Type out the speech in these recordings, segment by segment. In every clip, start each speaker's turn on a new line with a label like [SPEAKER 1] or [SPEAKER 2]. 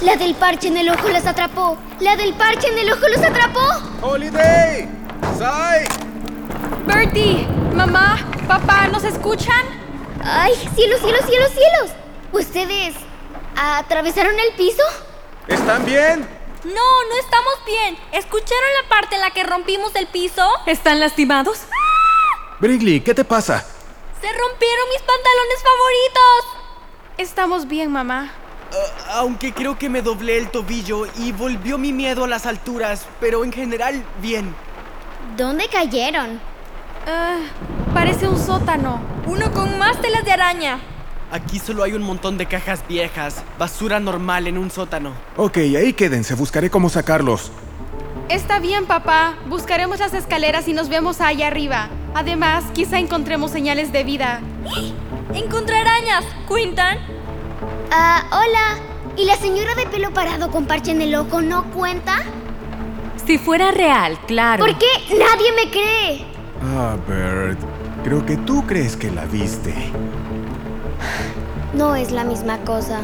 [SPEAKER 1] La del parche en el ojo los atrapó. La del parche en el ojo los atrapó.
[SPEAKER 2] ¡Holiday! ¡Sai!
[SPEAKER 3] Bertie, mamá, papá, ¿nos escuchan?
[SPEAKER 1] ¡Ay, cielos, cielos, cielos, cielos! ¿Ustedes atravesaron el piso?
[SPEAKER 2] ¿Están bien?
[SPEAKER 4] No, no estamos bien. ¿Escucharon la parte en la que rompimos el piso?
[SPEAKER 3] ¿Están lastimados?
[SPEAKER 2] Brigley, ¿qué te pasa?
[SPEAKER 4] Se rompieron mis pantalones favoritos.
[SPEAKER 3] Estamos bien, mamá.
[SPEAKER 5] Ah, aunque creo que me doblé el tobillo y volvió mi miedo a las alturas, pero en general bien.
[SPEAKER 1] ¿Dónde cayeron?
[SPEAKER 3] Ah, parece un sótano.
[SPEAKER 4] Uno con más telas de araña.
[SPEAKER 5] Aquí solo hay un montón de cajas viejas, basura normal en un sótano.
[SPEAKER 6] Ok, ahí quédense, buscaré cómo sacarlos.
[SPEAKER 3] Está bien, papá. Buscaremos las escaleras y nos vemos allá arriba. Además, quizá encontremos señales de vida.
[SPEAKER 4] Encontré arañas. ¿Cuentan?
[SPEAKER 1] Ah, hola. ¿Y la señora de pelo parado con parche en el ojo no cuenta?
[SPEAKER 7] Si fuera real, claro.
[SPEAKER 1] ¿Por qué nadie me cree?
[SPEAKER 6] Ah, Bert, creo que tú crees que la viste.
[SPEAKER 1] No es la misma cosa.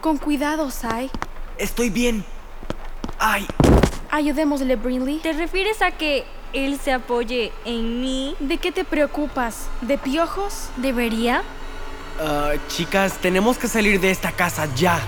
[SPEAKER 3] Con cuidado, Sai.
[SPEAKER 5] Estoy bien. Ay,
[SPEAKER 3] Ayudémosle, Brinley.
[SPEAKER 4] ¿Te refieres a que él se apoye en mí?
[SPEAKER 3] ¿De qué te preocupas? ¿De piojos?
[SPEAKER 4] ¿Debería?
[SPEAKER 5] ah, chicas, tenemos que salir de esta casa ya.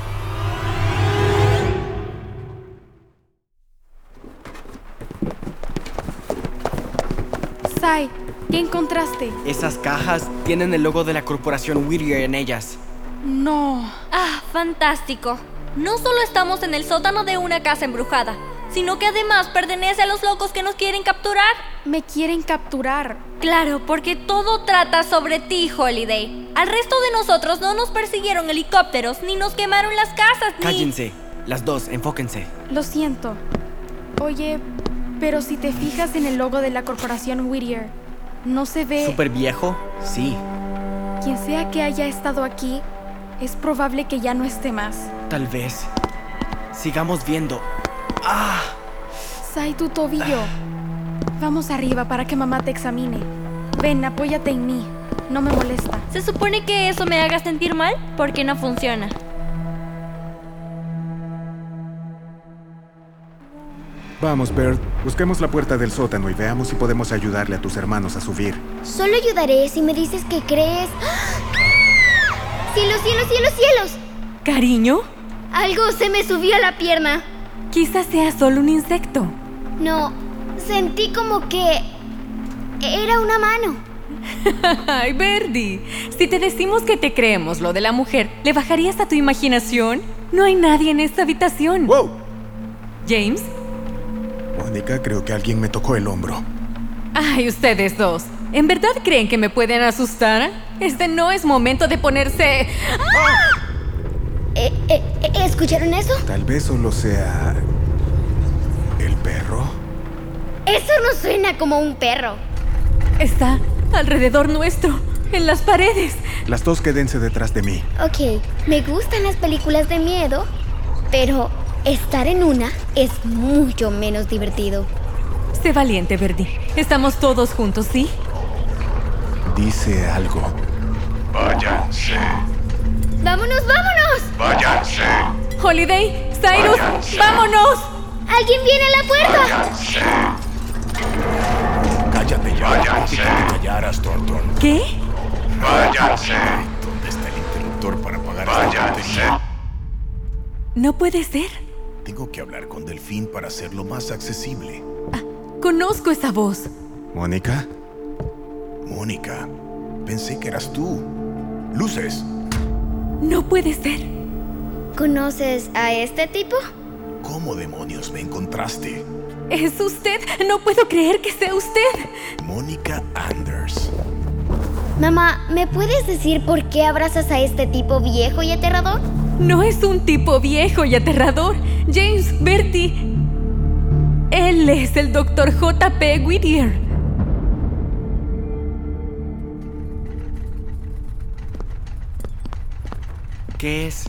[SPEAKER 3] Sai, ¿qué encontraste?
[SPEAKER 5] Esas cajas tienen el logo de la corporación Whittier en ellas.
[SPEAKER 3] No.
[SPEAKER 4] Ah, fantástico. No solo estamos en el sótano de una casa embrujada, sino que además pertenece a los locos que nos quieren capturar.
[SPEAKER 3] Me quieren capturar.
[SPEAKER 4] Claro, porque todo trata sobre ti, Holiday. Al resto de nosotros no nos persiguieron helicópteros, ni nos quemaron las casas, ni...
[SPEAKER 5] Cállense. Las dos, enfóquense.
[SPEAKER 3] Lo siento. Oye, pero si te fijas en el logo de la corporación Whittier, no se ve.
[SPEAKER 5] ¿Súper viejo? Sí.
[SPEAKER 3] Quien sea que haya estado aquí, es probable que ya no esté más.
[SPEAKER 5] Tal vez. Sigamos viendo. Ah,
[SPEAKER 3] Sai, tu tobillo. Vamos arriba para que mamá te examine. Ven, apóyate en mí. No me molesta.
[SPEAKER 4] ¿Se supone que eso me haga sentir mal? Porque no funciona.
[SPEAKER 6] Vamos, Bert, busquemos la puerta del sótano y veamos si podemos ayudarle a tus hermanos a subir.
[SPEAKER 1] Solo ayudaré si me dices que crees. ¡Ah! ¡Cielos, cielos, cielos, cielos!
[SPEAKER 7] Cariño,
[SPEAKER 1] Algo se me subió a la pierna.
[SPEAKER 7] quizás sea solo un insecto.
[SPEAKER 1] No, sentí como que era una mano.
[SPEAKER 7] Ay, Verdi, si te decimos que te creemos lo de la mujer, ¿le bajarías a tu imaginación? No hay nadie en esta habitación.
[SPEAKER 2] ¡Wow!
[SPEAKER 7] James,
[SPEAKER 6] Mónica, creo que alguien me tocó el hombro.
[SPEAKER 7] ay, ustedes dos. ¿En verdad creen que me pueden asustar? Este no es momento de ponerse...
[SPEAKER 1] Eh, eh, eh, ¿Escucharon eso?
[SPEAKER 6] Tal vez solo sea... el perro.
[SPEAKER 1] Eso no suena como un perro.
[SPEAKER 7] Está alrededor nuestro, en las paredes.
[SPEAKER 6] Las dos quédense detrás de mí.
[SPEAKER 1] Ok, me gustan las películas de miedo, pero estar en una es mucho menos divertido.
[SPEAKER 7] Sé valiente, Verdi. Estamos todos juntos, ¿sí?
[SPEAKER 6] Dice algo.
[SPEAKER 8] Váyanse,
[SPEAKER 1] ¡Vámonos, vámonos!
[SPEAKER 8] váyanse,
[SPEAKER 7] Holiday, Cyrus, vámonos.
[SPEAKER 1] ¡Alguien viene a la puerta!
[SPEAKER 8] váyanse,
[SPEAKER 9] Cállate ya.
[SPEAKER 8] Váyanse.
[SPEAKER 9] Dije que te callaras, Thornton.
[SPEAKER 7] ¿Qué?
[SPEAKER 8] váyanse,
[SPEAKER 9] ¿Dónde está el interruptor para apagar esta
[SPEAKER 8] váyanse.
[SPEAKER 9] tontería?
[SPEAKER 7] No puede ser.
[SPEAKER 9] Tengo que hablar con Delfín para hacerlo más accesible.
[SPEAKER 7] Conozco esa voz.
[SPEAKER 6] Mónica,
[SPEAKER 9] Mónica, pensé que eras tú. Luces,
[SPEAKER 7] No puede ser.
[SPEAKER 1] ¿Conoces a este tipo?
[SPEAKER 9] ¿cómo demonios me encontraste?
[SPEAKER 7] Es usted. No puedo creer que sea usted.
[SPEAKER 9] Mónica Anders.
[SPEAKER 1] Mamá, ¿me puedes decir por qué abrazas a este tipo viejo y aterrador?
[SPEAKER 7] No es un tipo viejo y aterrador. James Bertie. Él es el doctor J.P. Whittier.
[SPEAKER 5] ¿Qué es?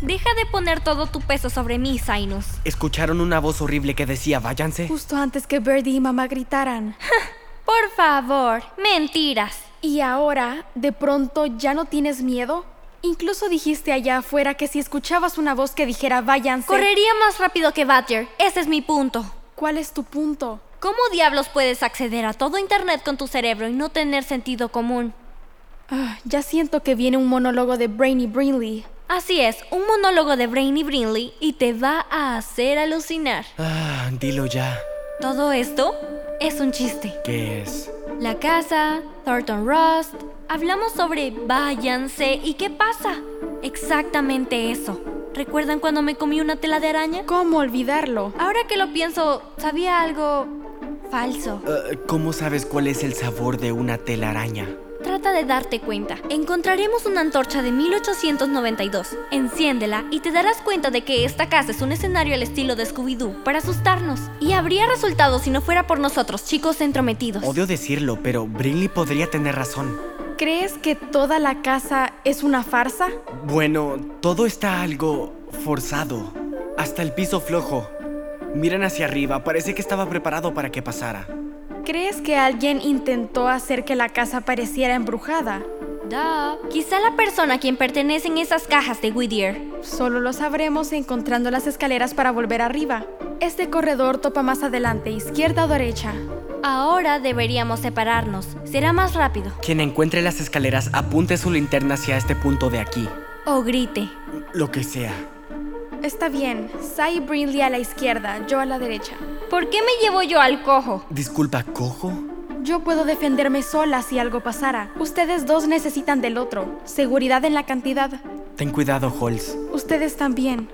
[SPEAKER 4] Deja de poner todo tu peso sobre mí, Sinus.
[SPEAKER 5] Escucharon una voz horrible que decía, váyanse.
[SPEAKER 3] Justo antes que Birdie y mamá gritaran.
[SPEAKER 4] Por favor. Mentiras.
[SPEAKER 3] ¿Y ahora, de pronto, ya no tienes miedo? Incluso dijiste allá afuera que si escuchabas una voz que dijera váyanse.
[SPEAKER 4] Correría más rápido que Badger, ese es mi punto.
[SPEAKER 3] ¿Cuál es tu punto?
[SPEAKER 4] ¿Cómo diablos puedes acceder a todo Internet con tu cerebro y no tener sentido común?
[SPEAKER 3] Ah, ya siento que viene un monólogo de Brainy Brinley.
[SPEAKER 4] Así es, un monólogo de Brainy Brinley y te va a hacer alucinar.
[SPEAKER 5] Ah, dilo ya.
[SPEAKER 4] Todo esto es un chiste.
[SPEAKER 5] ¿Qué es?
[SPEAKER 4] La casa, Thornton Rust. Hablamos sobre váyanse y qué pasa. Exactamente eso. ¿Recuerdan cuando me comí una tela de araña?
[SPEAKER 3] ¿Cómo olvidarlo?
[SPEAKER 4] Ahora que lo pienso, sabía algo falso.
[SPEAKER 5] Ah, ¿Cómo sabes cuál es el sabor de una telaraña?
[SPEAKER 4] Trata de darte cuenta. Encontraremos una antorcha de 1892. Enciéndela y te darás cuenta de que esta casa es un escenario al estilo de Scooby-Doo para asustarnos. Y habría resultado si no fuera por nosotros, chicos entrometidos.
[SPEAKER 5] Odio decirlo, pero Brinley podría tener razón.
[SPEAKER 3] ¿Crees que toda la casa es una farsa?
[SPEAKER 5] Bueno, todo está algo forzado. Hasta el piso flojo. Miren hacia arriba, parece que estaba preparado para que pasara.
[SPEAKER 3] ¿Crees que alguien intentó hacer que la casa pareciera embrujada?
[SPEAKER 4] Duh. Quizá la persona a quien pertenecen esas cajas de Whittier.
[SPEAKER 3] Solo lo sabremos encontrando las escaleras para volver arriba. Este corredor topa más adelante, izquierda o derecha.
[SPEAKER 4] Ahora deberíamos separarnos. Será más rápido.
[SPEAKER 5] Quien encuentre las escaleras, apunte su linterna hacia este punto de aquí.
[SPEAKER 4] O Oh, grite.
[SPEAKER 5] Lo que sea.
[SPEAKER 3] Está bien, Sai Brindley a la izquierda, yo a la derecha.
[SPEAKER 4] ¿Por qué me llevo yo al cojo?
[SPEAKER 5] Disculpa, cojo.
[SPEAKER 3] Yo puedo defenderme sola si algo pasara. Ustedes dos necesitan del otro. Seguridad en la cantidad.
[SPEAKER 5] Ten cuidado, Holz.
[SPEAKER 3] Ustedes también.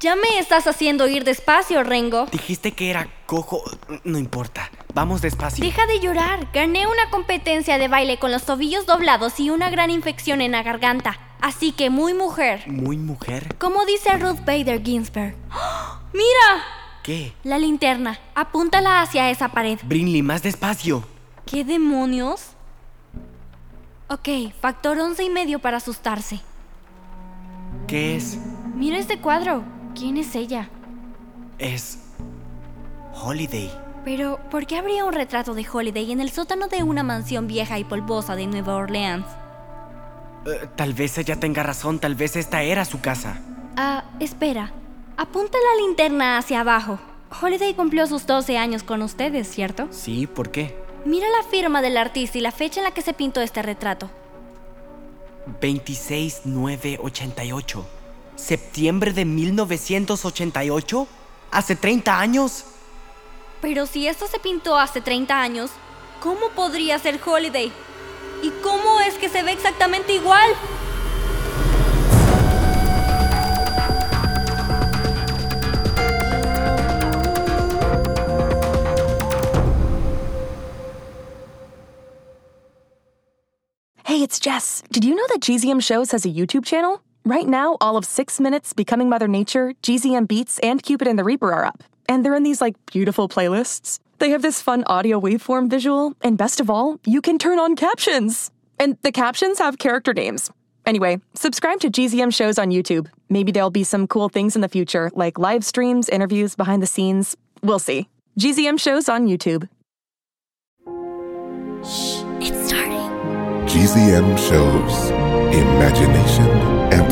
[SPEAKER 4] Ya me estás haciendo ir despacio, Rengo.
[SPEAKER 5] Dijiste que era cojo. No importa. Vamos despacio.
[SPEAKER 4] Deja de llorar. Gané una competencia de baile con los tobillos doblados y una gran infección en la garganta. Así que muy mujer.
[SPEAKER 5] Muy mujer.
[SPEAKER 4] Como dice Ruth Bader Ginsburg. ¡Oh! ¡Mira!
[SPEAKER 5] ¿Qué?
[SPEAKER 4] La linterna. Apúntala hacia esa pared.
[SPEAKER 5] Brinley, más despacio.
[SPEAKER 4] ¿Qué demonios? Ok, factor once y medio para asustarse.
[SPEAKER 5] ¿Qué es?
[SPEAKER 4] Mira este cuadro. ¿Quién es ella?
[SPEAKER 5] Es. Holiday.
[SPEAKER 4] Pero, ¿por qué habría un retrato de Holiday en el sótano de una mansión vieja y polvosa de Nueva Orleans?
[SPEAKER 5] Eh, tal vez ella tenga razón, tal vez esta era su casa.
[SPEAKER 4] Ah, espera. Apunta la linterna hacia abajo. Holiday cumplió sus 12 años con ustedes, ¿cierto?
[SPEAKER 5] Sí, ¿por qué?
[SPEAKER 4] Mira la firma del artista y la fecha en la que se pintó este retrato.
[SPEAKER 5] 26988. ¿Septiembre de 1988? ¿Hace 30 años?
[SPEAKER 4] Pero si esto se pintó hace 30 años, ¿cómo podría ser Holiday? ¿Y cómo es que se ve exactamente igual?
[SPEAKER 10] Hey, it's Jess. Did you know that GZM Shows has a YouTube channel? Right now, all of Six Minutes, Becoming Mother Nature, GZM Beats, and Cupid and the Reaper are up. And they're in these, like, beautiful playlists. They have this fun audio waveform visual, and best of all, you can turn on captions! And the captions have character names. Anyway, subscribe to GZM Shows on YouTube. Maybe there'll be some cool things in the future, like live streams, interviews, behind the scenes. We'll see. GZM Shows on YouTube.
[SPEAKER 1] It's starting.
[SPEAKER 8] GZM shows imagination and